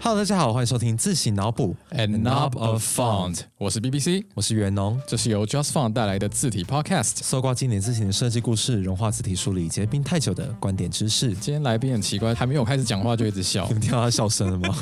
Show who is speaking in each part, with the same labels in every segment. Speaker 1: Hello，大家好，欢迎收听自行脑补
Speaker 2: and knob of font。我是 BBC，
Speaker 1: 我是袁农。
Speaker 2: 这是由 Just Font 带来的字体 podcast。
Speaker 1: 搜刮经典字型的设计故事，融化字体梳理结冰太久的观点知识。
Speaker 2: 今天来宾很奇怪，还没有开始讲话就一直笑
Speaker 1: 你。们听到他笑声了吗？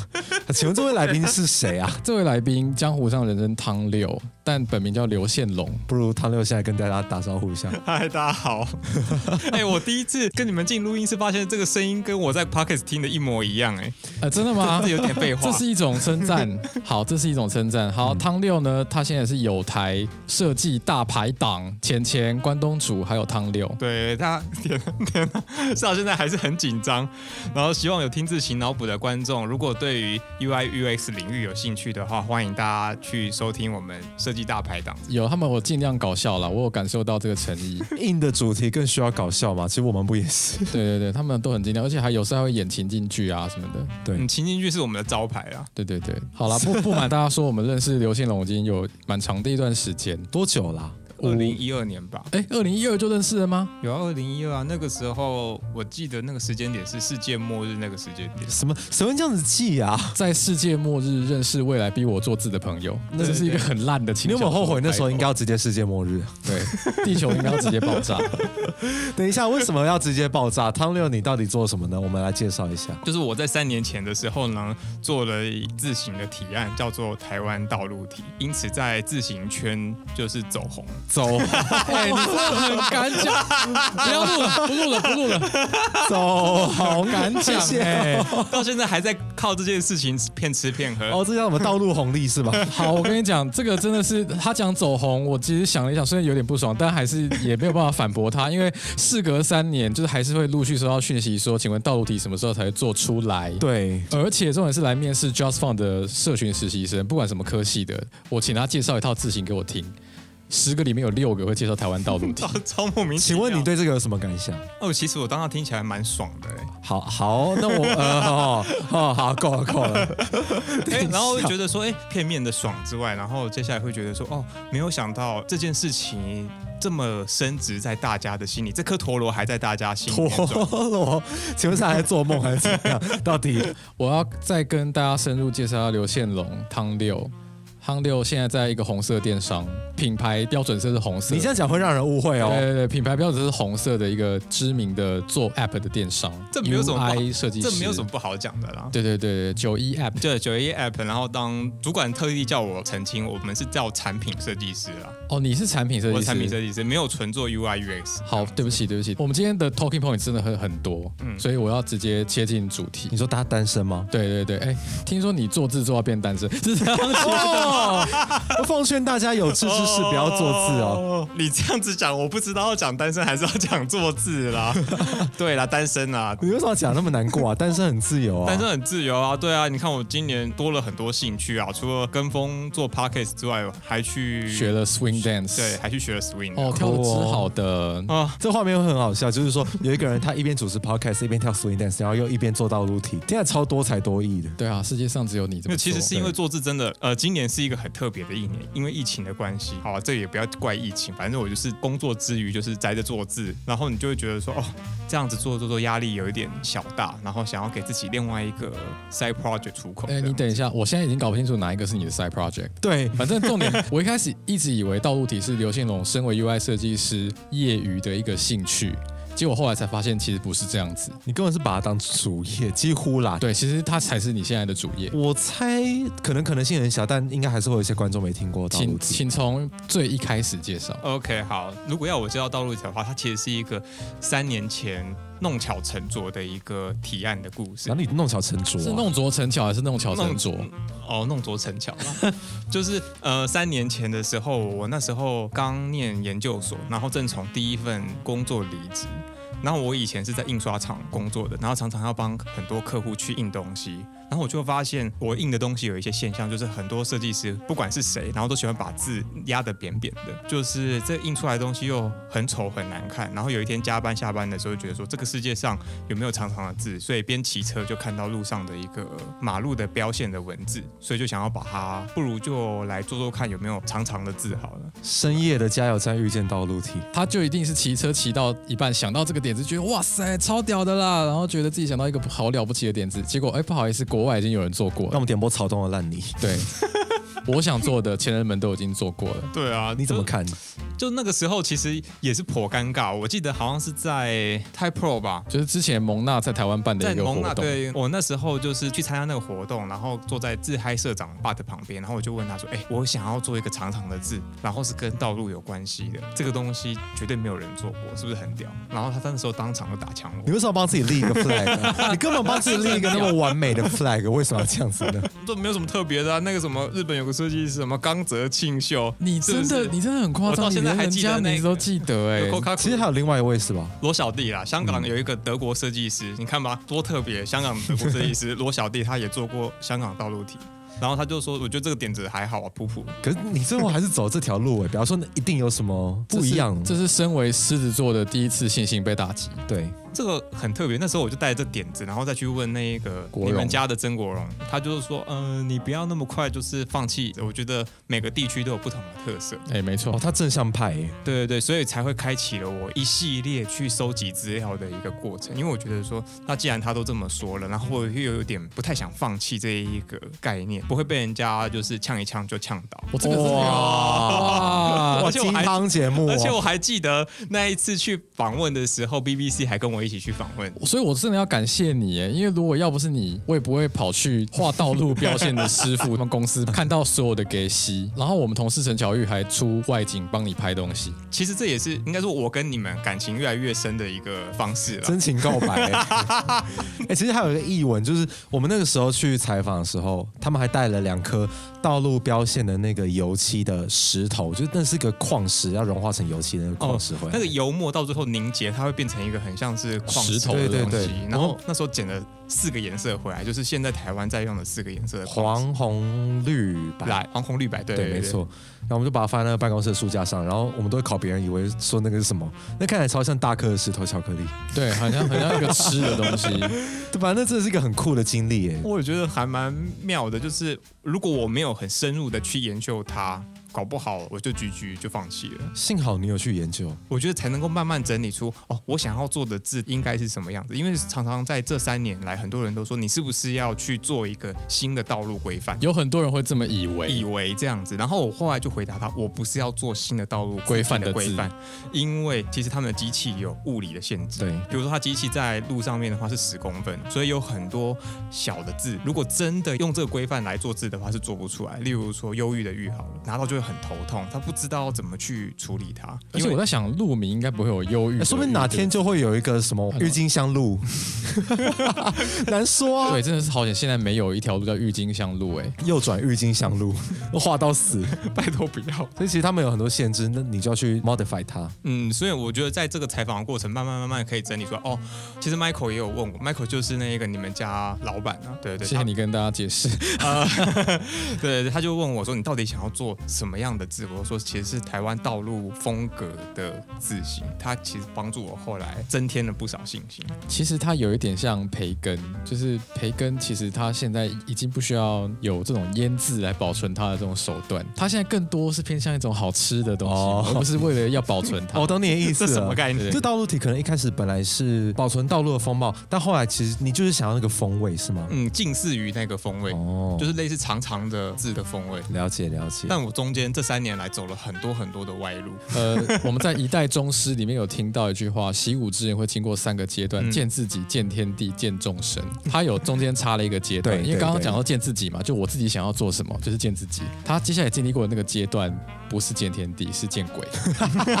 Speaker 1: 请问这位来宾是谁啊？
Speaker 2: 这位来宾江湖上人称汤六，但本名叫刘宪龙。
Speaker 1: 不如汤六现在跟大家打招呼一下。
Speaker 3: 嗨，大家好！ 哎、我第一次跟你们进录音室，发现这个声音跟我在 Pocket 听的一模一样、 哎，
Speaker 2: 呃，真的吗
Speaker 3: 这？有点废话
Speaker 2: 这。是一种称赞， 好，这是一种称赞。好，汤六呢，他现在是有台设计大排档钱钱、关东煮，还有汤六。
Speaker 3: 对，他 天啊天啊，是到现在还是很紧张。然后希望有听自行脑补的观众，如果对于 UI UX 领域有兴趣的话，欢迎大家去收听我们设计大排档。
Speaker 2: 有他们，我尽量搞笑啦，我有感受到这个诚 意。
Speaker 1: 硬的主题更需要搞笑嘛？其实我们不也是？
Speaker 2: 对对对，他们都很尽量，而且还有时候还会演情境剧啊什么的。
Speaker 1: 对
Speaker 3: 嗯，情景剧是我们的招牌啊。
Speaker 2: 对对对，好啦，不不瞒大家说，我们认识刘信龙已经有蛮长的一段时间。
Speaker 1: 多久啦、
Speaker 3: 二零一二年吧，
Speaker 2: 哎，二零一二就认识了吗？
Speaker 3: 哦有啊，二零一二啊，那个时候我记得那个时间点是世界末日那个时间点。
Speaker 1: 什么什么这样子记啊？
Speaker 2: 在世界末日认识未来逼我做字的朋友，那这是一个很烂的情。
Speaker 1: 你有没有后悔那时候应该？要直接世界末日？
Speaker 2: 对，地球应该要直接爆 炸。
Speaker 1: 等一下，为什么要直接爆炸？汤六，你到底做什么呢？我们来介绍一下。
Speaker 3: 就是我在三年前的时候呢，做了自行的提案，叫做台湾道路题，因此在自行圈就是走 红。
Speaker 1: 走
Speaker 2: 哎，你真的很敢讲， 不要录了，不录了，不录了，
Speaker 1: 走，好
Speaker 2: 敢讲
Speaker 1: 谢谢
Speaker 2: 哎。
Speaker 3: 到现在还在靠这件事情骗吃骗喝。
Speaker 1: 哦，这叫什么道路红利是吧？
Speaker 2: 好，我跟你讲，这个真的是他讲走红，我其实想了一想，虽然有点不爽，但还是也没有办法反驳他，因为事隔三年，就是还是会陆续收到讯息说，请问道路题什么时候才会做出来？
Speaker 1: 对，
Speaker 2: 而且重点是来面试 Just Fund 的社群实习生，不管什么科系的，我请他介绍一套字型给我听，十个里面有六个会介绍台湾道路题
Speaker 3: 超。哦超莫名其
Speaker 1: 请
Speaker 3: 妙。
Speaker 1: 问你对这个有什么感想？
Speaker 3: 哦，其实我当时听起来蛮爽的 哎、
Speaker 1: 好好，那 我呃，哦哦，好，够了够 了。
Speaker 3: 哎、然后会
Speaker 1: 得
Speaker 3: 觉得说，哎、片面的爽之外，然后接下来会觉得说，哦，没有想到这件事情这么深植在大家的心里，这颗陀螺还在大家心里面转。
Speaker 1: 陀螺，请问是还在做梦还是怎么样？到底
Speaker 2: 我要再跟大家深入介绍刘宪龙汤六。汤六现在在一个红色电商品牌标准色是红色，
Speaker 1: 你这样讲会让人误会
Speaker 2: 对
Speaker 1: 哦。
Speaker 2: 对对，品牌标志是红色的一个知名的做 App 的电商，
Speaker 3: 这没有什么不好
Speaker 2: UI 设计师，
Speaker 3: 这没有什么。不好讲的啦。
Speaker 2: 对对对对，九一 App
Speaker 3: 对，九一 app，然后当主管特地叫我澄清，我们是叫产品设计师啦，
Speaker 2: 哦，你是产品设
Speaker 3: 我
Speaker 2: 计
Speaker 3: 是
Speaker 2: 师，
Speaker 3: 产品设计师，没有纯做 UI UX。
Speaker 2: 好，对不起对不起，我们今天的 talking point 真的很很多，所以我要直接切进主题
Speaker 1: 你。说他单身吗？
Speaker 2: 对对对，哎，听说你做字做到变单身， 是这样子
Speaker 1: 哦， 我奉劝大家有志之士不要做字哦。
Speaker 3: 哦。你这样子讲，我不知道要讲单身还是要讲做字啦。对啦，单身啊，
Speaker 1: 你为什么讲那么难过啊？单身很自由啊。
Speaker 3: 单身很自由啊。对啊，你看我今年多了很多兴趣啊，除了跟风做 podcast 之外，还去
Speaker 2: 学了 swing dance，
Speaker 3: 对，，还去学了 swing
Speaker 2: 哦，
Speaker 3: 啊。
Speaker 2: 跳的之好的，
Speaker 3: 啊
Speaker 1: 这画面会很好笑，就是说有一个人他一边主持 podcast 一边跳 swing dance，然后又一边做道路体，听起来超多才多艺的。
Speaker 2: 对啊，世界上只有你这
Speaker 3: 那
Speaker 2: 么做。
Speaker 3: 其实是因为做字真的，呃，今年是一个很特别的一年，因为疫情的关系。好、啊，这也不要怪疫情，反正我就是工作之余就是宅着做字，然后你就会觉得说，哦，这样子做做做压力有一点小大，然后想要给自己另外一个 side project 出口。
Speaker 2: 哎，你等一下，我现在已经搞不清楚哪一个是你的 side project。
Speaker 1: 对，
Speaker 2: 反正重点，我一开始一直以为道路体是刘信龙身为 UI 设计师业余的一个兴趣，结果后来才发现其实不是这样子。
Speaker 1: 你根本是把它当主业，几乎啦。
Speaker 2: 对，其实它才是你现在的主业。
Speaker 1: 我猜可能可能性很小，但应该还是会有一些观众没听过道路
Speaker 2: 请
Speaker 1: 体。
Speaker 2: 请从最一开始介绍。
Speaker 3: OK，好。如果要我知道道路一条的话，它其实是一个三年前弄巧成拙的一个提案的故事
Speaker 1: 哪。里弄巧成拙、啊？
Speaker 2: 是弄拙成巧还是弄巧成拙？
Speaker 3: 哦，弄拙成巧 啦，就是呃，三年前的时候，我那时候刚念研究所，然后正从第一份工作离职。然后我以前是在印刷厂工作的，然后常常要帮很多客户去印东西，然后我就发现我印的东西有一些现象，就是很多设计师不管是谁，然后都喜欢把字压得扁扁的，就是这印出来的东西又很丑很难看。然后有一天加班下班的时候，觉得说这个世界上有没有长长的字，所以边骑车就看到路上的一个马路的标线的文字，所以就想要把它，不如就来做做看有没有长长的字好了。
Speaker 1: 深夜的加油站遇见道路体，
Speaker 2: 他就一定是骑车骑到一半想到这个点子，觉得哇塞超屌的啦，然后觉得自己想到一个好了不起的点子，结果哎不好意思，国外已经有人做过
Speaker 1: 那
Speaker 2: 了
Speaker 1: 我。们点播草东的烂泥，
Speaker 2: 对，我想做的前人们都已经做过了。
Speaker 3: 对啊，
Speaker 1: 你怎么看？
Speaker 3: 就？就那个时候其实也是颇尴尬，我记得好像是在 Type Pro 吧，
Speaker 2: 就是之前蒙娜在台湾办的
Speaker 3: 在
Speaker 2: 一个活
Speaker 3: 蒙纳，
Speaker 2: 动，
Speaker 3: 对我那时候就是去参加那个活动，然后坐在自嗨社长 But 旁边，然后我就问他说：“哎、我想要做一个长长的字，然后是跟道路有关系的，这个东西绝对没有人做过，是不是很屌？”然后他那时候当场就打枪
Speaker 1: 你
Speaker 3: 我，
Speaker 1: 为什么要帮自己立一 个 flag？、啊、你根本帮自己立一个那么完美的 flag，为什么要这样子 呢？
Speaker 3: 这没有什么特别的啊。那个什么日本有个设计师什么冈泽庆秀，
Speaker 2: 你真
Speaker 3: 是
Speaker 2: 的
Speaker 3: 不是
Speaker 2: 你真的很夸
Speaker 3: 我
Speaker 2: 张，
Speaker 3: 到
Speaker 2: 你
Speaker 3: 现在
Speaker 2: 连
Speaker 3: 还
Speaker 2: 人
Speaker 3: 记得
Speaker 2: 家
Speaker 3: 那
Speaker 2: 名字
Speaker 3: 个
Speaker 2: 都记得哎、
Speaker 3: 有 Coca-
Speaker 1: 其实还有另外一位是吧？
Speaker 3: 罗小弟啦，香港有一个德国设计师，你看吧，多特别！香港德国设计 师罗小弟他也做过香港道路体，然后他就说：“我觉得这个点子还好啊，普普。”
Speaker 1: 可是你最后还是走这条路哎、比方说一定有什么不一样，
Speaker 2: 这是这是身为狮子座的第一次信心被打击。
Speaker 1: 对，
Speaker 3: 这个很特别，那时候我就带着这点子，然后再去问那一个
Speaker 2: 国
Speaker 3: 你
Speaker 2: 荣
Speaker 3: 们家的曾国荣，他就是说，嗯、你不要那么快就是放弃。我觉得每个地区都有不同的特色，
Speaker 2: 哎、没错
Speaker 1: 哦，，他正向派、欸，
Speaker 3: 对对对，所以才会开启了我一系列去收集资料的一个过程。因为我觉得说，那既然他都这么说了，然后我又有点不太想放弃这一个概念，不会被人家就是呛一呛就呛倒。
Speaker 1: 哦
Speaker 2: 我、这个是
Speaker 1: 哇
Speaker 2: 哇
Speaker 1: 哇，
Speaker 3: 啊而且
Speaker 1: 金
Speaker 3: 我还
Speaker 1: 汤节目、哦，
Speaker 3: 而且我还记得那一次去访问的时候，BBC 还跟我一起去访问。
Speaker 2: 所以，我真的要感谢你耶，因为如果要不是你，我也不会跑去画道路标线的师傅他们公司看到所有的给息，然后我们同事陈巧玉还出外景帮你拍东西，
Speaker 3: 其实这也是应该说我跟你们感情越来越深的一个方式
Speaker 2: 啊
Speaker 3: 了。
Speaker 1: 真情告白、 欸。哎、其实还有一个译文，就是我们那个时候去采访的时候，他们还带了两颗道路标线的那个油漆的石头，就是那是个矿石，要融化成油漆的那个矿石
Speaker 2: 哦
Speaker 1: 回来。
Speaker 3: 那个油墨到最后凝结，它会变成一个很像是矿
Speaker 2: 石头
Speaker 3: 的
Speaker 1: 对对
Speaker 3: 东西
Speaker 1: 对。
Speaker 3: 然后那时候剪了四个颜色回来，就是现在台湾在用的四个颜色的矿石
Speaker 1: 黄红绿白，
Speaker 3: 来黄红绿白，对
Speaker 1: 对，没。错。然后我们就把它放在那个办公室的书架上，然后我们都会考别人，以为说那个是什么，那看起来超像大颗的石头巧克力，
Speaker 2: 对，好像很像一个吃的东 西，
Speaker 1: 对吧？那真的是一个很酷的经历耶。
Speaker 3: 我也觉得还蛮妙的，就是如果我没有很深入的去研究它，搞不好我就局局就放弃了。
Speaker 1: 幸好你有去研究，
Speaker 3: 我觉得才能够慢慢整理出哦，我想要做的字应该是什么样子。因为常常在这三年来，很多人都说你是不是要去做一个新的道路规范，
Speaker 2: 有很多人会这么以
Speaker 3: 以
Speaker 2: 为。
Speaker 3: 为这样子。然后我后来就回答他，我不是要做新的道路
Speaker 2: 规范的字
Speaker 3: 规范，因为其实他们的机器有物理的限制。
Speaker 1: 对，
Speaker 2: 嗯
Speaker 3: 比如说，它机器在路上面的话是十公分，所以有很多小的字，如果真的用这个规范来做字的话，是做不出来。例如说，忧郁的郁好了，拿到就会很头痛，他不知道怎么去处理 它。
Speaker 2: 而且
Speaker 3: 因为
Speaker 2: 我在想，路名应该不会有忧郁
Speaker 1: 哎
Speaker 2: 的，
Speaker 1: 说不定哪天就会有一个什么郁金香路，难说啊。
Speaker 2: 对，真的是好险，现在没有一条路叫郁金香路，哎，
Speaker 1: 右转郁金香路， 画到死。
Speaker 3: 拜托不要，
Speaker 1: 所以其实他们有很多限制，那你就要去 modify 它。
Speaker 3: 嗯，所以我觉得在这个采访的过程，慢慢慢慢可以整理说，哦，其实 Michael 也有问我，Michael 就是那个你们家老板啊，对 对，
Speaker 2: 谢谢你跟大家解释。
Speaker 3: 他，对对，他就问我说，你到底想要做什么样的字？我说其实是台湾道路风格的字型，他其实帮助我后来增添了不少信心。
Speaker 2: 其实它有一点像培根，就是培根，其实它现在已经不需要有这种腌制来保存它的这种手段，它现在更多是偏向一种好吃的东西，
Speaker 1: 哦
Speaker 2: 而不是为了要保存 它。
Speaker 1: 哦我懂你的意思
Speaker 3: 这
Speaker 1: 了。
Speaker 3: 什么概念
Speaker 2: 对？
Speaker 1: 这道路体可能一开始本来是保存道路的风貌，但后来其实你就是想要那个风味，是吗？
Speaker 3: 嗯，近似于那个风味，
Speaker 1: 哦，
Speaker 3: 就是类似长长的字的风味。
Speaker 1: 了解了解。
Speaker 3: 但我中间这三年来走了很多很多的歪路，
Speaker 2: 呃，我们在《一代宗师》里面有听到一句话：习武之人会经过三个阶段，
Speaker 3: 嗯
Speaker 2: 见自己、见天地、见众生。他有中间插了一个阶段，
Speaker 1: 对
Speaker 2: 因为
Speaker 1: 对
Speaker 2: 刚刚
Speaker 1: 对
Speaker 2: 讲到见自己嘛，就我自己想要做什么，就是见自己。他接下来经历过的那个阶段，不是见天地，是见鬼。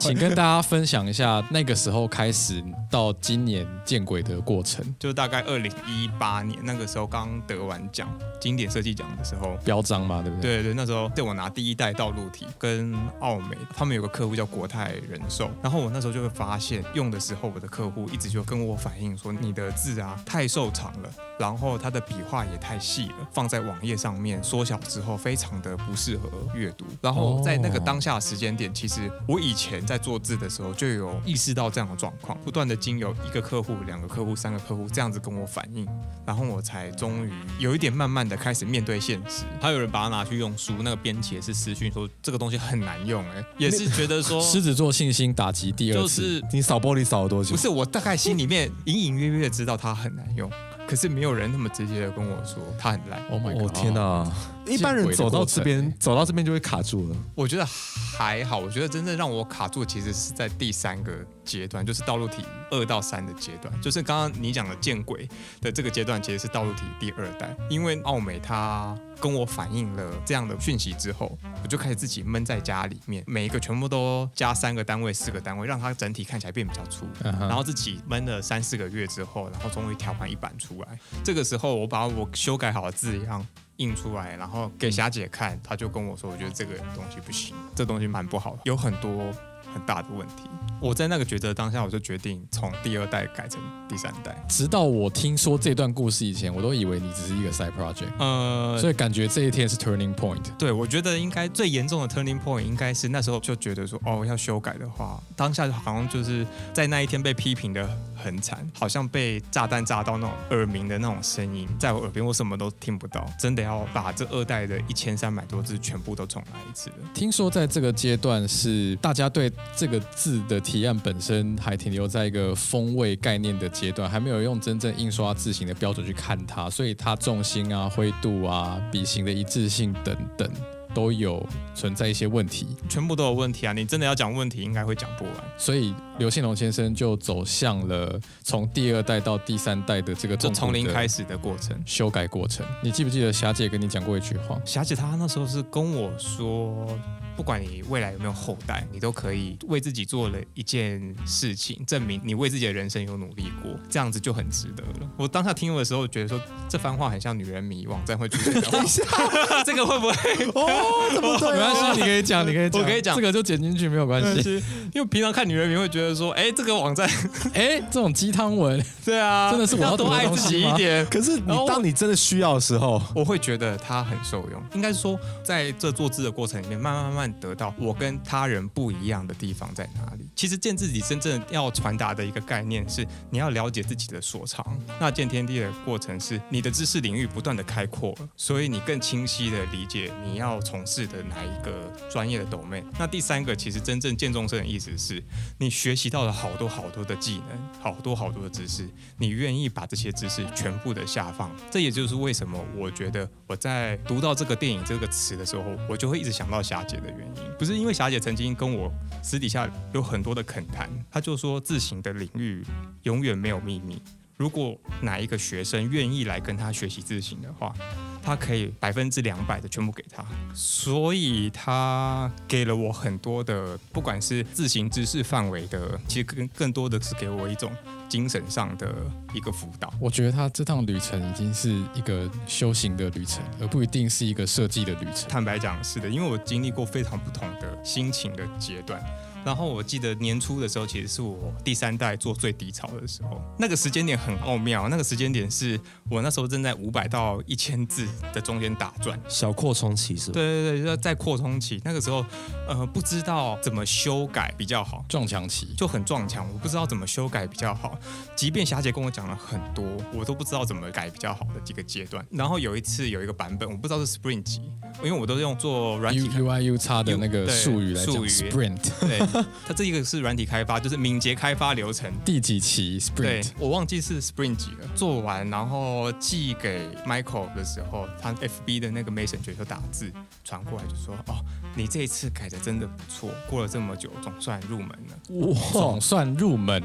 Speaker 2: 请跟大家分享一下那个时候开始到今年见鬼的过程。
Speaker 3: 就大概二零一八年那个时候刚得完奖经典设计奖的时候，
Speaker 2: 标章嘛，对不对？
Speaker 3: 对对，那时候对我拿第一代道路体跟奥美，他们有个客户叫国泰人寿，然后我那时候就会发现，用的时候我的客户一直就跟我反映说，你的字啊太瘦长了，然后它的笔画也太细了，放在网页上面缩小之后非常的不适合阅读。然后
Speaker 2: 哦
Speaker 3: 在那个当下时间点，其实我以前在做字的时候就有意识到这样的状况，不断的经由一个客户、两个客户、三个客户这样子跟我反映，然后我才终于有一点慢慢的开始面对现实。还有人把它拿去用书，那个编辑也是私讯说这个东西很难用、哎，也 是觉得说
Speaker 2: 狮子座信心打击第二
Speaker 3: 就
Speaker 2: 次，
Speaker 3: 是
Speaker 1: 你扫玻璃扫了多久
Speaker 3: 不？是我大概心里面隐隐约约知道它很难用，可是没有人那么直接的跟我说它很烂。
Speaker 2: Oh my
Speaker 1: 我、
Speaker 2: god！
Speaker 1: 天！哪！一般人走到这边，走到这边就会卡住了。
Speaker 3: 我觉得还好，我觉得真正让我卡住其实是在第三个阶段，就是道路题二到三的阶段，就是刚刚你讲的见鬼的这个阶段，其实是道路题第二代，因为奥美他跟我反映了这样的讯息之后，我就开始自己闷在家里面，每一个全部都加三个单位、四个单位，让它整体看起来变比较粗。
Speaker 2: 嗯哼
Speaker 3: 然后自己闷了三四个月之后，然后终于调完一版出来。这个时候，我把我修改好的字样印出来，然后给霞姐看，她就跟我说：“我觉得这个东西不行，这东西蛮不好的，有很多很大的问题。”我在那个抉择当下，我就决定从第二代改成第三代。
Speaker 2: 直到我听说这段故事以前，我都以为你只是一个 side project，、
Speaker 3: 呃，
Speaker 2: 所以感觉这一天是 turning point。
Speaker 3: 对，我觉得应该最严重的 turning point 应该是那时候就觉得说，哦，要修改的话，当下好像就是在那一天被批评的很惨，好像被炸弹炸到那种耳鸣的那种声音，在我耳边我什么都听不到，真的要把这二代的一千三百多字全部都重来一次的。
Speaker 2: 听说在这个阶段是大家对这个字的提案本身还停留在一个风味概念的阶段，还没有用真正印刷字形的标准去看它，所以它重心啊、灰度啊、笔形的一致性等等都有存在一些问题，
Speaker 3: 全部都有问题啊！你真的要讲问题，应该会讲不完。
Speaker 2: 所以刘信龙先生就走向了从第二代到第三代的这个
Speaker 3: 就从零开
Speaker 2: 始
Speaker 3: 始的过程。
Speaker 2: 修改过程。你记不记得霞姐跟你讲过一句 话？
Speaker 3: 霞姐她那时候是跟我说，不管你未来有没有后代，你都可以为自己做了一件事情，证明你为自己的人生有努力过，这样子就很值得了。我当下听的时候，觉得说这番话很像女人迷网站会出现 的话，这个会不会？
Speaker 1: 哦，怎么
Speaker 2: 没
Speaker 1: 对
Speaker 2: 关系，你可以讲，你可以讲，
Speaker 3: 啊我可以讲
Speaker 2: 这个就剪进去没有关系。
Speaker 3: 因为平常看女人迷会觉得说，哎、这个网站，
Speaker 2: 哎，这种鸡汤文，
Speaker 3: 对啊，
Speaker 2: 真的是我要
Speaker 3: 要多
Speaker 2: 读的
Speaker 3: 爱
Speaker 2: 东
Speaker 3: 自
Speaker 2: 西
Speaker 3: 己一
Speaker 2: 吗
Speaker 3: 点。
Speaker 1: 可是你
Speaker 3: 然后我
Speaker 1: 当你真的需要的时候，
Speaker 3: 我会觉得它很受用。应该是说，在这做字的过程里面，慢慢慢慢得到我跟他人不一样的地方在哪里。其实见自己真正要传达的一个概念是，你要了解自己的所长。那见天地的过程是，你的知识领域不断的开阔了，所以你更清晰的理解你要从事的哪一个专业的 domain。那第三个，其实真正见众生的意思是，你学习到了好多好多的技能，好多好多的知识，你愿意把这些知识全部的下放。这也就是为什么我觉得我在读到这个电影这个词的时候，我就会一直想到霞姐的原因，不是因为霞姐曾经跟我私底下有很多的恳谈，她就说自行的领域永远没有秘密。如果哪一个学生愿意来跟他学习自行的话，他可以百分之两百的全部给他，所以他给了我很多的，不管是自行知识范围的，其实更更多的是给我一种精神上的一个辅导。
Speaker 2: 我觉得他这趟旅程已经是一个修行的旅程，而不一定是一个设计的旅程。
Speaker 3: 坦白讲，是的，因为我经历过非常不同的心情的阶段。然后我记得年初的时候，其实是我第三代做最低潮的时候。那个时间点很奥妙，那个时间点是我那时候正在五百到一千字的中间打转。
Speaker 1: 小扩充期是吧？
Speaker 3: 对对对，要在扩充期，那个时候，呃，不知道怎么修改比较好，
Speaker 2: 撞墙期，
Speaker 3: 就很撞墙，我不知道怎么修改比较好。即便霞姐跟我讲了很多，我都不知道怎么改比较好的几个阶段。然后有一次有一个版本，我不知道是 Spring 级，因为我都是用做软
Speaker 2: U
Speaker 3: 体开
Speaker 2: U I U 叉的那个
Speaker 3: U- 对
Speaker 2: 术语来讲
Speaker 3: 术语
Speaker 2: ，Sprint
Speaker 3: 对，它这一个是软体开发，就是敏捷开发流程。
Speaker 2: 第几期
Speaker 3: 对
Speaker 2: Sprint？，
Speaker 3: 我忘记是 Spring 级了。做完然后寄给 Michael 的时候，他 FB 的那个 Messenger 就打字传过来，就说：“哦，你这一次改的真的不错，过了这么久，总算入门了。”
Speaker 2: 总算入门，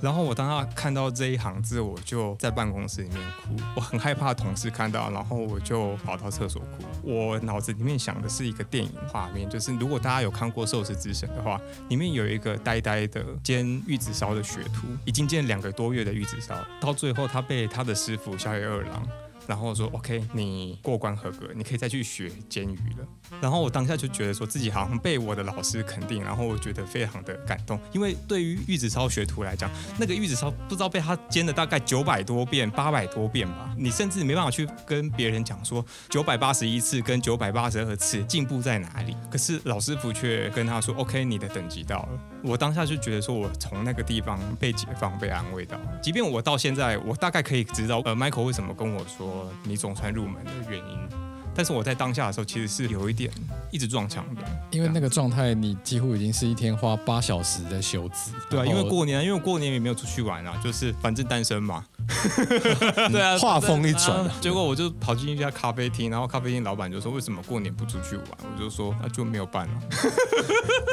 Speaker 3: 然后我当下看到这一行字，我就在办公室里面哭，我很害怕同事看到，然后我就跑到厕所哭。我脑子里面想的是一个电影画面，就是如果大家有看过《寿司之神》的话，里面有一个呆呆的煎玉子烧的学徒，已经煎两个多月的玉子烧，到最后他被他的师傅小野二郎。然后说 OK，你过关合格，你可以再去学煎鱼了。然后我当下就觉得说自己好像被我的老师肯定，然后我觉得非常的感动，因为对于玉子烧学徒来讲，那个玉子烧不知道被他煎了大概九百多遍、八百多遍吧，你甚至没办法去跟别人讲说九百八十一次跟九百八十二次进步在哪里。可是老师傅却跟他说：“OK，你的等级到了。”我当下就觉得说，我从那个地方被解放、被安慰到。即便我到现在，我大概可以知道，呃，Michael 为什么跟我说你总算入门的原因。但是我在当下的时候其实是有一点一直撞墙的，
Speaker 2: 因为那个状态，你几乎已经是一天花八小时在修字。
Speaker 3: 对啊，因
Speaker 2: 然
Speaker 3: 为
Speaker 2: 后
Speaker 3: 过年，因为我过年也没有出去玩啊，就是反正单身嘛。 对啊，
Speaker 1: 话锋一转啊
Speaker 3: 啊结果我就跑进一家咖啡厅，然后咖啡厅老板就说：“为什么过年不出去玩？”我就说：“那、就没有办了。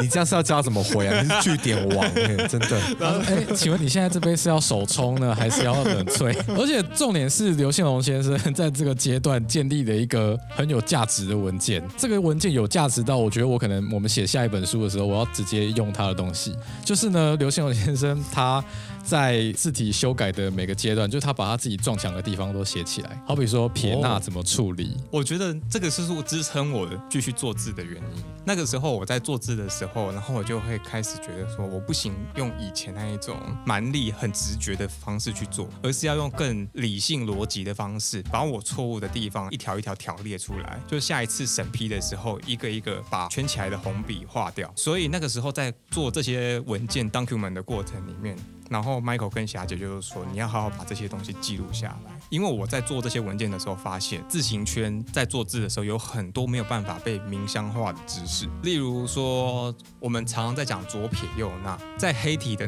Speaker 1: 你这样是要教他怎么回啊？你是据点 王、欸，真的。
Speaker 2: 他说哎， 请问你现在这杯是要手冲呢，还是要冷萃？而且重点是刘宪龙先生在这个阶段建立了一个很有价值的文件，这个文件有价值到我觉得我可能我们写下一本书的时候，我要直接用他的东西。就是呢，刘宪龙先生他在字体修改的每个阶段，就是他把他自己撞墙的地方都写起来，好比说撇捺怎么处理，”
Speaker 3: 我觉得这个是我支撑我的继续做字的原因。那个时候我在做字的时候，然后我就会开始觉得说，我不行用以前那一种蛮力、很直觉的方式去做，而是要用更理性、逻辑的方式，把我错误的地方一条一条条列出来，就下一次审批的时候，一个一个把圈起来的红笔划掉。所以那个时候在做这些文件 document 的过程里面。然后 Michael 跟霞姐就是说，你要好好把这些东西记录下来，因为我在做这些文件的时候，发现字形圈在做字的时候有很多没有办法被冥想化的知识，例如说我们常常在讲左撇右捺，在黑体的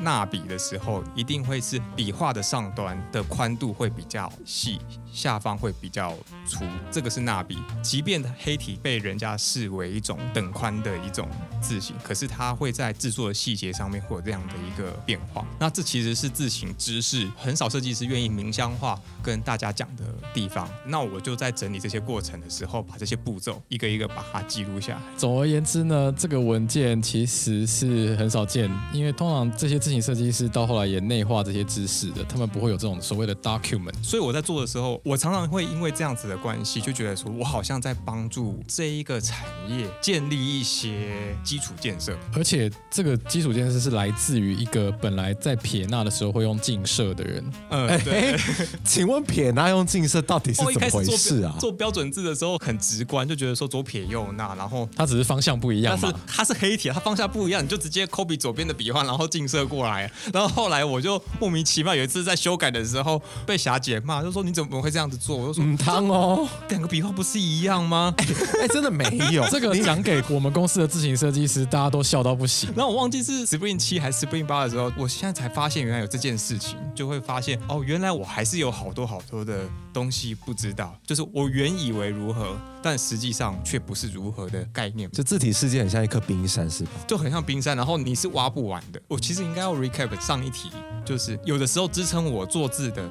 Speaker 3: 捺笔的时候，一定会是笔画的上端的宽度会比较细，下方会比较粗，这个是捺笔。即便黑体被人家视为一种等宽的一种字形，可是它会在制作的细节上面会有这样的一个变化。那这其实是字形知识，很少设计师愿意明香化跟大家讲的地方。那我就在整理这些过程的时候，把这些步骤一个一个把它记录下来。
Speaker 2: 总而言之呢，这个文件其实是很少见，因为通常这些字形设计师到后来也内化这些知识的，他们不会有这种所谓的 document。
Speaker 3: 所以我在做的时候，我常常会因为这样子的关系，就觉得说我好像在帮助这一个产业建立一些基础建设。
Speaker 2: 而且这个基础建设是来自于一个本来在撇捺的时候会用近射的人，
Speaker 3: 嗯，
Speaker 1: 哎、
Speaker 3: 对。哦
Speaker 1: 请问撇捺用近射到底是
Speaker 3: 我一
Speaker 1: 怎
Speaker 3: 开
Speaker 1: 么
Speaker 3: 始
Speaker 1: 回
Speaker 3: 做
Speaker 1: 事啊
Speaker 3: 标？做标准字的时候很直观，就觉得说左撇右捺，然后
Speaker 2: 他只是方向不一
Speaker 3: 但
Speaker 2: 样
Speaker 3: 是
Speaker 2: 嘛。
Speaker 3: 它是黑体，啊它方向不一样，你就直接 copy 左边的笔画，然后近射过来。啊然后后来我就莫名其妙有一次在修改的时候被霞姐骂，就说你怎么会这样子做？我就说
Speaker 1: 嗯，汤哦，
Speaker 3: 两个笔画不是一样吗？
Speaker 1: 哎、真的没有
Speaker 2: 这个
Speaker 1: 你
Speaker 2: 讲给我们公司的字形设计师，大家都笑到不行。
Speaker 3: 然后我忘记是 Spring 七还是 Spring 八的时候，我现在才发现原来有这件事情，就会发现哦，原来我还是有好多好多的东西不知道，就是我原以为如何，但实际上却不是如何的概 念，
Speaker 1: 就字体世界很像一颗冰山，是吧？
Speaker 3: 就很像冰山，然后你是挖不完的。我其实应该要 recap 上一题，就是有的时候支撑我做字的。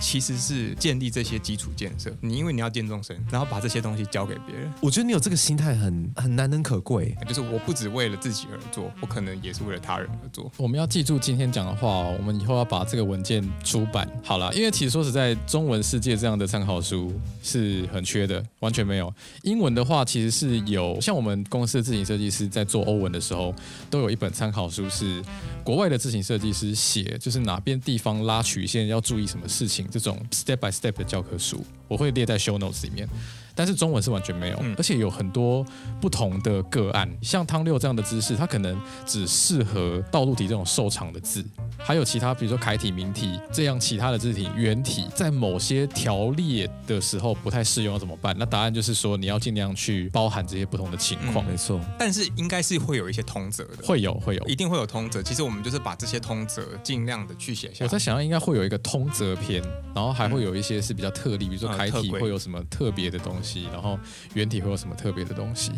Speaker 3: 其实是建立这些基础建设，你因为你要见众生，然后把这些东西交给别人，
Speaker 1: 我觉得你有这个心态很很难能可贵。
Speaker 3: 就是我不只为了自己而做，我可能也是为了他人而做。
Speaker 2: 我们要记住今天讲的话哦，我们以后要把这个文件出版好了，因为其实说实在，中文世界这样的参考书是很缺的，完全没有。英文的话，其实是有，像我们公司的字形设计师在做欧文的时候，都有一本参考书是国外的字形设计师写，就是哪边地方拉曲线要注意什么事情，这种 step by step 的教科书，我会列在 show notes 里面。但是中文是完全没有，
Speaker 3: 嗯
Speaker 2: 而且有很多不同的个案，像汤六这样的姿势，它可能只适合道路体这种瘦长的字，还有其他比如说楷体、明体这样其他的字体、圆体，在某些条列的时候不太适用，要怎么办？那答案就是说你要尽量去包含这些不同的情况，
Speaker 1: 没错，
Speaker 3: 但是应该是会有一些通则的，
Speaker 2: 会有会有。
Speaker 3: 一定会有通则。其实我们就是把这些通则尽量的去写下
Speaker 2: 我在
Speaker 3: 来。
Speaker 2: 想，应该会有一个通则篇，然后还会有一些是比较特例，比如说
Speaker 3: 嗯
Speaker 2: 楷
Speaker 3: 特
Speaker 2: 体
Speaker 3: 规
Speaker 2: 会有什么特别的东西，然后圆体会有什么特别的东西。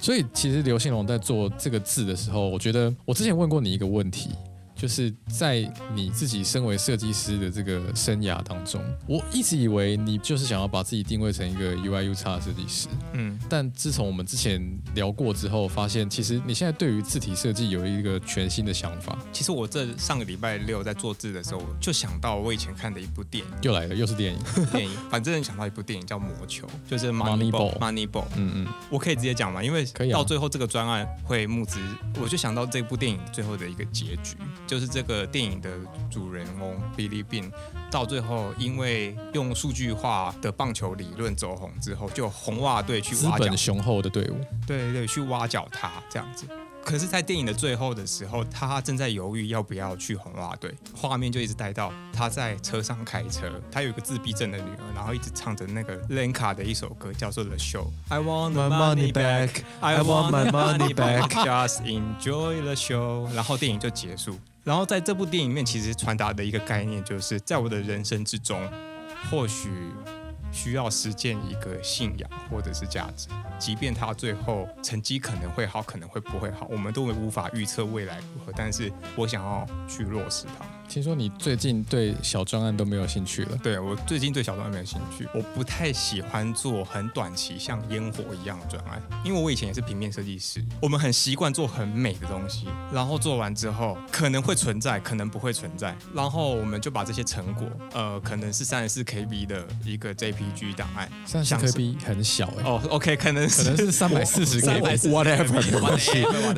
Speaker 2: 所以其实刘信龙在做这个字的时候，我觉得我之前问过你一个问题，就是在你自己身为设计师的这个生涯当中，我一直以为你就是想要把自己定位成一个 UI U x 设计师，
Speaker 3: 嗯，
Speaker 2: 但自从我们之前聊过之后，发现其实你现在对于字体设计有一个全新的想法，
Speaker 3: 其实我这上个礼拜六在做字的时候，我就想到我以前看的一部电影，
Speaker 2: 又来了，又是电影，
Speaker 3: 电影， 反正想到一部电影叫《魔球》，就是
Speaker 2: Moneyball
Speaker 3: Moneyball。Moneyball，
Speaker 2: 嗯嗯。
Speaker 3: 我可以直接讲嘛，因为
Speaker 2: 可以啊
Speaker 3: 到最后这个专案会募资，我就想到这部电影最后的一个结局，就是这个电影的主人翁 Billy Bean 到最后因为用数据化的棒球理论走红之后，就有红袜队去
Speaker 2: 资
Speaker 3: 挖角
Speaker 2: 本雄厚的队伍，
Speaker 3: 对对，去挖角他这样子。可是，在电影的最后的时候，他正在犹豫要不要去红袜队，画面就一直带到他在车上开车，他有一个自闭症的女儿，然后一直唱着那个 Lenka 的一首歌，叫做《The Show》，I want
Speaker 1: My
Speaker 3: my
Speaker 1: money
Speaker 3: money
Speaker 1: back,
Speaker 3: back。
Speaker 1: I want my money back.
Speaker 3: Just enjoy the show，然后电影就结束。然后在这部电影里面，其实传达的一个概念就是，在我的人生之中，或许需要实践一个信仰或者是价值，即便它最后成绩可能会好，可能会不会好，我们都无法预测未来如何。但是我想要去落实它。
Speaker 2: 听说你最近对小专案都没有兴趣了，
Speaker 3: 对我最近对小专案没有兴趣，我不太喜欢做很短期像烟火一样的专案，因为我以前也是平面设计师，我们很习惯做很美的东西，然后做完之后可能会存在，可能不会存在，然后我们就把这些成果，呃，可能是三十四 KB 的一个 JPG 档案，
Speaker 2: 三十
Speaker 3: 像是
Speaker 2: KB 很小哎、
Speaker 3: 哦，OK，可能
Speaker 2: 可
Speaker 3: 是
Speaker 2: 能是三百四十
Speaker 3: 三百
Speaker 2: KB。
Speaker 3: 四
Speaker 1: Whatever，没关 系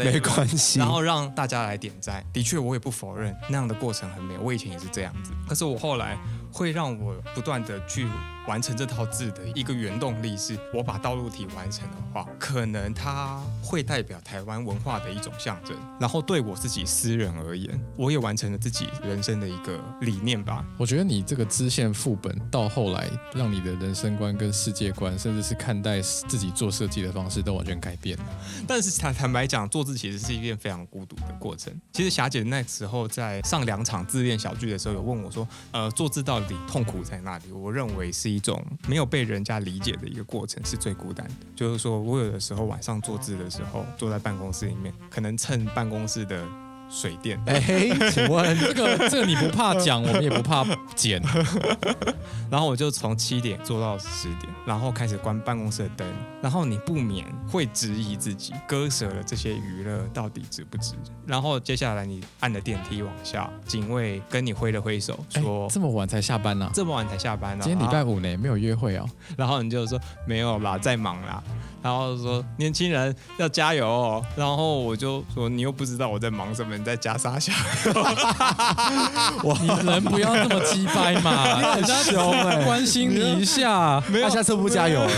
Speaker 1: 没关系
Speaker 3: 然后让大家来点赞，的确我也不否认那样的过程很美，我以前也是这样子。可是我后来会让我不断的去完成这套字的一个原动力是，我把道路体完成的话，可能它会代表台湾文化的一种象征。然后对我自己私人而言，我也完成了自己人生的一个理念吧。
Speaker 2: 我觉得你这个支线副本到后来，让你的人生观跟世界观，甚至是看待自己做设计的方式，都完全改变了。
Speaker 3: 但是坦坦白讲，做字其实是一件非常孤独的过程。其实霞姐那时候在上两场自恋小剧的时候，有问我说，呃，做字到底痛苦在哪里？我认为是一种没有被人家理解的一个过程，是最孤单的。就是说我有的时候晚上做字的时候，坐在办公室里面，可能趁办公室的水电，
Speaker 1: 哎，请问
Speaker 2: 这个这个你不怕讲，我们也不怕剪。
Speaker 3: 然后我就从七点做到十点，然后开始关办公室的灯，然后你不免会质疑自己，割舍了这些娱乐到底值不值？然后接下来你按了电梯往下，警卫跟你挥了挥手，
Speaker 2: 哎
Speaker 3: 说、
Speaker 2: 这么晚才下班呐、
Speaker 3: 这么晚才下班呢、啊？
Speaker 2: 今天礼拜五呢，没有约会哦。
Speaker 3: 然后你就说没有啦，在忙啦。然后说年轻人要加油哦。然后我就说你又不知道我在忙什么，你在加沙下。
Speaker 2: 你人不要这么鸡掰 嘛，人家
Speaker 1: 凶
Speaker 3: 欸
Speaker 1: 哎
Speaker 2: 关心你一下。
Speaker 1: 他下次不加油了？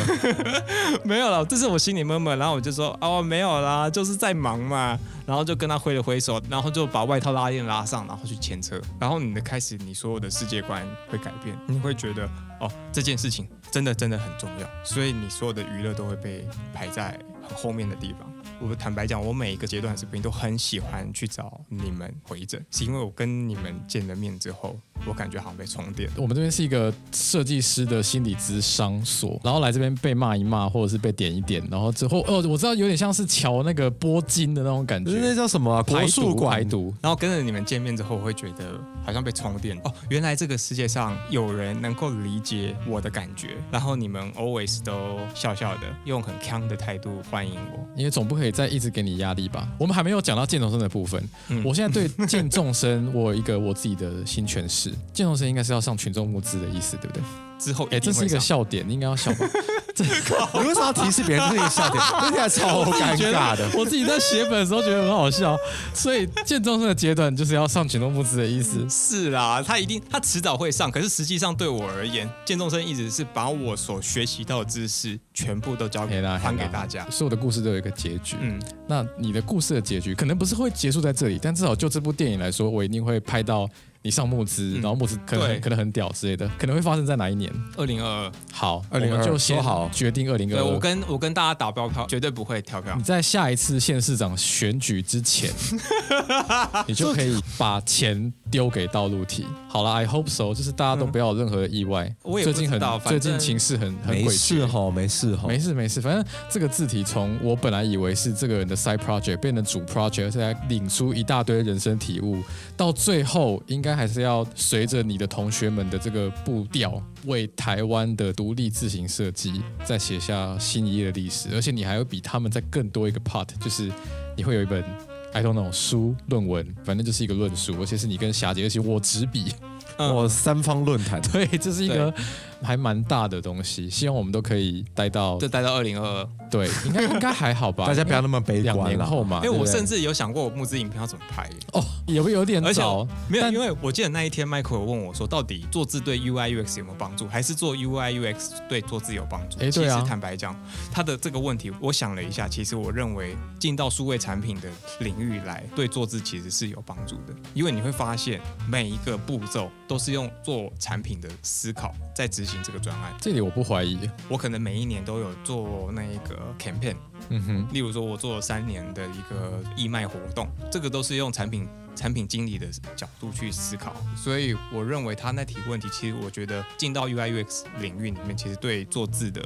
Speaker 3: 没有了，这是我心里闷闷，然后我就说哦没有啦，就是在忙嘛，然后就跟他挥了挥手，然后就把外套拉链拉上，然后去牵车，然后你的开始，你所有的世界观会改变，你会觉得哦这件事情真的真的很重要，所以你所有的娱乐都会被排在很后面的地方。我坦白讲，我每一个阶段的视频都很喜欢去找你们回诊，是因为我跟你们见了面之后，我感觉好像被充电。
Speaker 2: 我们这边是一个设计师的心理咨商所，然后来这边被骂一骂，或者是被点一点，然后之后哦，我知道有点像是瞧那个拨筋的那种感
Speaker 1: 不是 那
Speaker 2: 觉，
Speaker 1: 叫什么啊？国
Speaker 2: 排
Speaker 1: 术
Speaker 2: 毒排
Speaker 1: 馆
Speaker 2: 毒。
Speaker 3: 然后跟着你们见面之后，我会觉得好像被充电哦。原来这个世界上有人能够理解我的感觉，然后你们 always 都笑笑的，用很康的态度欢迎我。
Speaker 2: 因为总不可以再一直给你压力吧？我们还没有讲到渐重生的部分。
Speaker 3: 嗯
Speaker 2: 我现在对渐重生，我有一个我自己的新诠释。 渐重生应该是要上群众募资的意思，对不对？
Speaker 3: 之后
Speaker 2: 哎，
Speaker 3: 一
Speaker 2: 这
Speaker 3: 定
Speaker 2: 是
Speaker 3: 会
Speaker 2: 一
Speaker 3: 上
Speaker 2: 个，笑点，你应该要笑吧？
Speaker 1: 你为什么要提示别人这是一个笑 点？这听起来超尴尬的。
Speaker 2: 我自己在写本的时候觉得很好笑，所以渐重生的阶段就是要上群众募资的意思。
Speaker 3: 是啦，他一定他迟早会上。可是实际上对我而言，建中生一直是把我所学习到的知识全部都交
Speaker 2: 嘿
Speaker 3: 给
Speaker 2: 啦，
Speaker 3: 还
Speaker 2: 嘿
Speaker 3: 给
Speaker 2: 啦
Speaker 3: 大家。
Speaker 2: 所有的故事都有一个结局。
Speaker 3: 嗯，
Speaker 2: 那你的故事的结局可能不是会结束在这里，但至少就这部电影来说，我一定会拍到你上募资，
Speaker 3: 嗯
Speaker 2: 然后募资可能
Speaker 3: 对
Speaker 2: 可能很屌之类的，可能会发生在哪一年？
Speaker 3: 二零二二，
Speaker 2: 好，我
Speaker 1: 2022
Speaker 2: 们就
Speaker 1: 说
Speaker 2: 先
Speaker 1: 好
Speaker 2: 决定二零
Speaker 3: 对
Speaker 2: 二
Speaker 3: 我
Speaker 2: 二。
Speaker 3: 跟我跟大家打包票，绝对不会跳票
Speaker 2: 你。在下一次县市长选举之 前，你就可以把钱丢给道路体。好了，I hope so，就是大家都不要有任何的意外。
Speaker 3: 嗯我也
Speaker 2: 最
Speaker 3: 不
Speaker 2: 近很
Speaker 3: 知道反
Speaker 2: 最近
Speaker 3: 正
Speaker 2: 情势很 很
Speaker 1: 没
Speaker 2: 诡
Speaker 1: 事
Speaker 2: 谲。
Speaker 1: 吼，没事吼，
Speaker 2: 没事没事，反正这个字体从我本来以为是这个人的 side project 变成主 project，现在领出一大堆人生体悟，到最后应该还是要随着你的同学们的这个步调，为台湾的独立自行设计再写下新一页的历史，而且你还会比他们再更多一个 part，就是你会有一本。I don't know 书论文，反正就是一个论述，而且是你跟霞姐，而且我执笔，
Speaker 3: 嗯
Speaker 1: 我三方论坛
Speaker 2: 对，这是一个还蛮大的东西，希望我们都可以待到
Speaker 3: 就待到二零二二。
Speaker 2: 对，应该应该还好 吧？
Speaker 1: 大家不要那
Speaker 2: 么
Speaker 1: 么悲
Speaker 2: 两
Speaker 1: 观
Speaker 2: 年
Speaker 1: 了。
Speaker 2: 后嘛，
Speaker 3: 因为
Speaker 2: 对
Speaker 3: 哎
Speaker 2: 不
Speaker 3: 我
Speaker 2: 对
Speaker 3: 甚至有想过我募资影片要怎么拍，
Speaker 2: 哦，也会有点
Speaker 3: 而且
Speaker 2: 早，
Speaker 3: 没有，
Speaker 2: 但
Speaker 3: 因为我记得那一天 Michael 有问我说，到底做字对 UI UX 有没有帮助，还是做 UI UX 对做字有帮助？
Speaker 2: 诶
Speaker 3: 其
Speaker 2: 对啊
Speaker 3: 实坦白讲，他的这个问题，我想了一下，其实我认为进到数位产品的领域来，对做字其实是有帮助的，因为你会发现每一个步骤都是用做产品的思考在执行这个专案。
Speaker 2: 这里我不怀疑。
Speaker 3: 我可能每一年都有做那一个 campaign，
Speaker 2: 嗯哼，
Speaker 3: 例如说，我做了三年的一个义卖活动，这个都是用产品产品经理的角度去思考，所以我认为他那题问题，其实我觉得进到 UI UX 领域里面，其实对做字的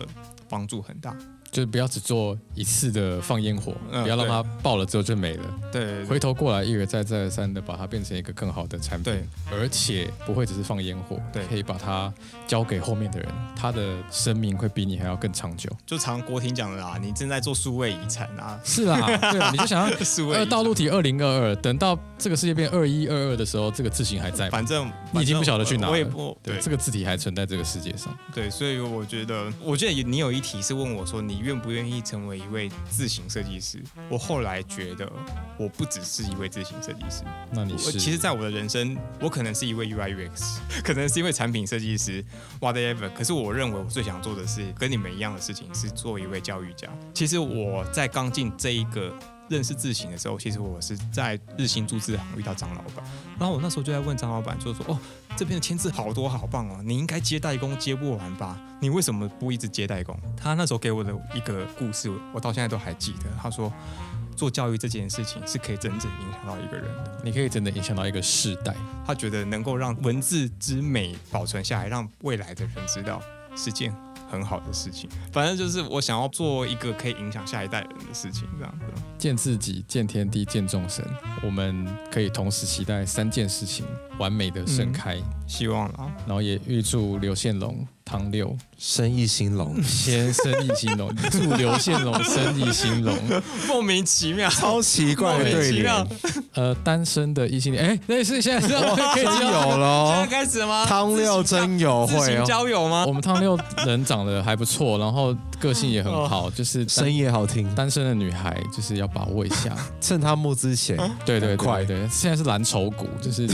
Speaker 3: 帮助很大。
Speaker 2: 就是不要只做一次的放烟火，
Speaker 3: 嗯
Speaker 2: 不要让
Speaker 3: 对
Speaker 2: 它爆了之后就没了。
Speaker 3: 对对
Speaker 2: 回头过来一而再再而三的把它变成一个更好的产品，
Speaker 3: 对，
Speaker 2: 而且不会只是放烟火，
Speaker 3: 对
Speaker 2: 可以把它交给后面的人，他的生命会比你还要更长久。
Speaker 3: 就常郭婷讲的啦，你正在做数位遗产 啊，
Speaker 2: 是啦，对，你就想要
Speaker 3: 数位遗
Speaker 2: 呃
Speaker 3: 产
Speaker 2: 道路题二零二二，等到这个世界变二一二二的时候，这个字形还在吗，
Speaker 3: 反正
Speaker 2: 你已经不晓得去哪
Speaker 3: 我也
Speaker 2: 了
Speaker 3: 不
Speaker 2: 对，这个字体还存在这个世界上。
Speaker 3: 对，所以我觉得，我记得你有一题是问我说，你愿不愿意成为一位字形设计师？我后来觉得，我不只是一位字形设计师，
Speaker 2: 那你
Speaker 3: 我
Speaker 2: 是
Speaker 3: 其实，在我的人生，我可能是一位 UI UX，可 能是一位产品设计师，whatever。可是我认为我最想做的是跟你们一样的事情，是做一位教育家。其实我在刚进这一个认识字形的时候，其实我是在日新注字行遇到张老板，然后我那时候就在问张老板，就说哦，这边的签字好多好棒哦，你应该接代工接不完吧？你为什么不一直接代工？他那时候给我的一个故事，我到现在都还记得。他说。做教育这件事情是可以真正影响到一个人的。
Speaker 2: 你可以真的影响到一个世代。
Speaker 3: 他觉得能够让文字之美保存下来，让未来的人知道，是件很好的事情。反正就是我想要做一个可以影响下一代人的事情，这样子。
Speaker 2: 见自己、见天地、见众生，我们可以同时期待三件事情完美的盛开，
Speaker 3: 希望 啦，
Speaker 2: 然后也预祝刘宪龙、唐六，
Speaker 1: 生意兴隆
Speaker 2: 先生意兴 隆，祝刘宪龙生意兴隆。
Speaker 3: 莫名其妙，
Speaker 1: 超奇怪
Speaker 3: 莫
Speaker 1: 的
Speaker 3: 名
Speaker 1: 对
Speaker 3: 其
Speaker 1: 联，
Speaker 3: 妙，
Speaker 2: 呃，单身的异性恋，哎，那是现在是可
Speaker 1: 真
Speaker 2: 以交
Speaker 1: 有
Speaker 3: 现 在
Speaker 1: 喽，
Speaker 3: 开始吗？
Speaker 1: 汤料真有
Speaker 3: 自
Speaker 1: 会
Speaker 3: 行
Speaker 1: 哦，
Speaker 3: 交友吗？
Speaker 2: 我们汤六人长得还不错，然后个性也很好，就是单
Speaker 1: 声音也好听，
Speaker 2: 单身的女孩就是要把握一下。
Speaker 1: 趁他募资前。
Speaker 2: 对对
Speaker 1: 很
Speaker 2: 对
Speaker 1: 快
Speaker 2: 对对，现在是蓝筹股，就是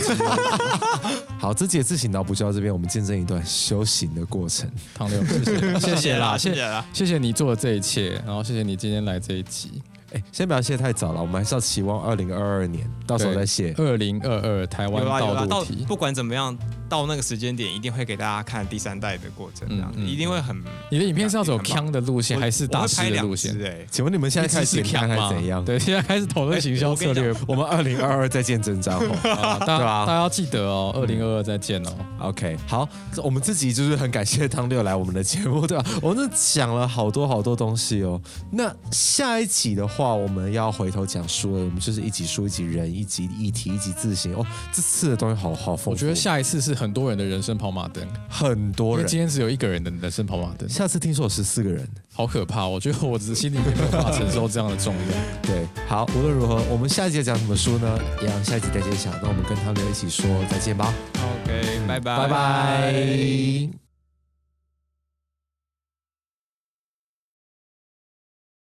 Speaker 1: 好，这节自行脑补就到这边，我们见证一段修行的过程。
Speaker 2: 汤六，谢谢谢谢啦，
Speaker 3: 谢
Speaker 2: 谢
Speaker 3: 谢啦。
Speaker 2: 谢谢你做的这一切，然后谢谢你今天来这一集。
Speaker 1: 哎，先不要谢太早了，我们还是要期望二零二二年，到时候再谢。
Speaker 2: 二零二二台湾
Speaker 3: 有啦有
Speaker 2: 道
Speaker 3: 啦，到
Speaker 2: 路题，
Speaker 3: 不管怎么样，到那个时间点一定会给大家看第三代的过程，这样子
Speaker 2: 嗯嗯
Speaker 3: 一定会很。
Speaker 2: 你的影片是要走
Speaker 3: 很棒
Speaker 2: 腔的路线还是大
Speaker 3: 我会拍
Speaker 2: 师的
Speaker 3: 两
Speaker 2: 路线？
Speaker 3: 支哎，
Speaker 1: 请问你们现在开始
Speaker 2: 一直是哎
Speaker 1: 看
Speaker 2: 腔
Speaker 1: 还
Speaker 2: 嘛
Speaker 1: 是怎样？
Speaker 2: 对，现在开始讨论行销策略
Speaker 1: 我们二零二二再见真章后。
Speaker 2: 啊，
Speaker 1: 对
Speaker 2: 大家
Speaker 1: 啊
Speaker 2: 大家要记得哦，二零二二再见哦。
Speaker 1: OK，好，我们自己就是很感谢汤六来我们的节目，对吧？ 我们这讲了好多好多东西哦。那下一集的话，我们要回头讲书了，我们就是一集书、一集人、一集议题、一集字形哦。这次的东西好好丰富，
Speaker 2: 我觉得下一次是很多人的人生跑马灯，
Speaker 1: 很
Speaker 2: 因
Speaker 1: 多
Speaker 2: 为
Speaker 1: 人。
Speaker 2: 今天只有一个人的人生跑马灯，
Speaker 1: 下次听说有十四个人，
Speaker 2: 好可怕！我觉得我只心里面没有办法承受这样的重量。
Speaker 1: 对，好，无论如何，我们下一集要讲什么书呢？一样，下一集
Speaker 3: 欸
Speaker 1: 再揭晓。那我们跟汤六一起说再见吧，
Speaker 3: OK，拜拜
Speaker 1: 拜拜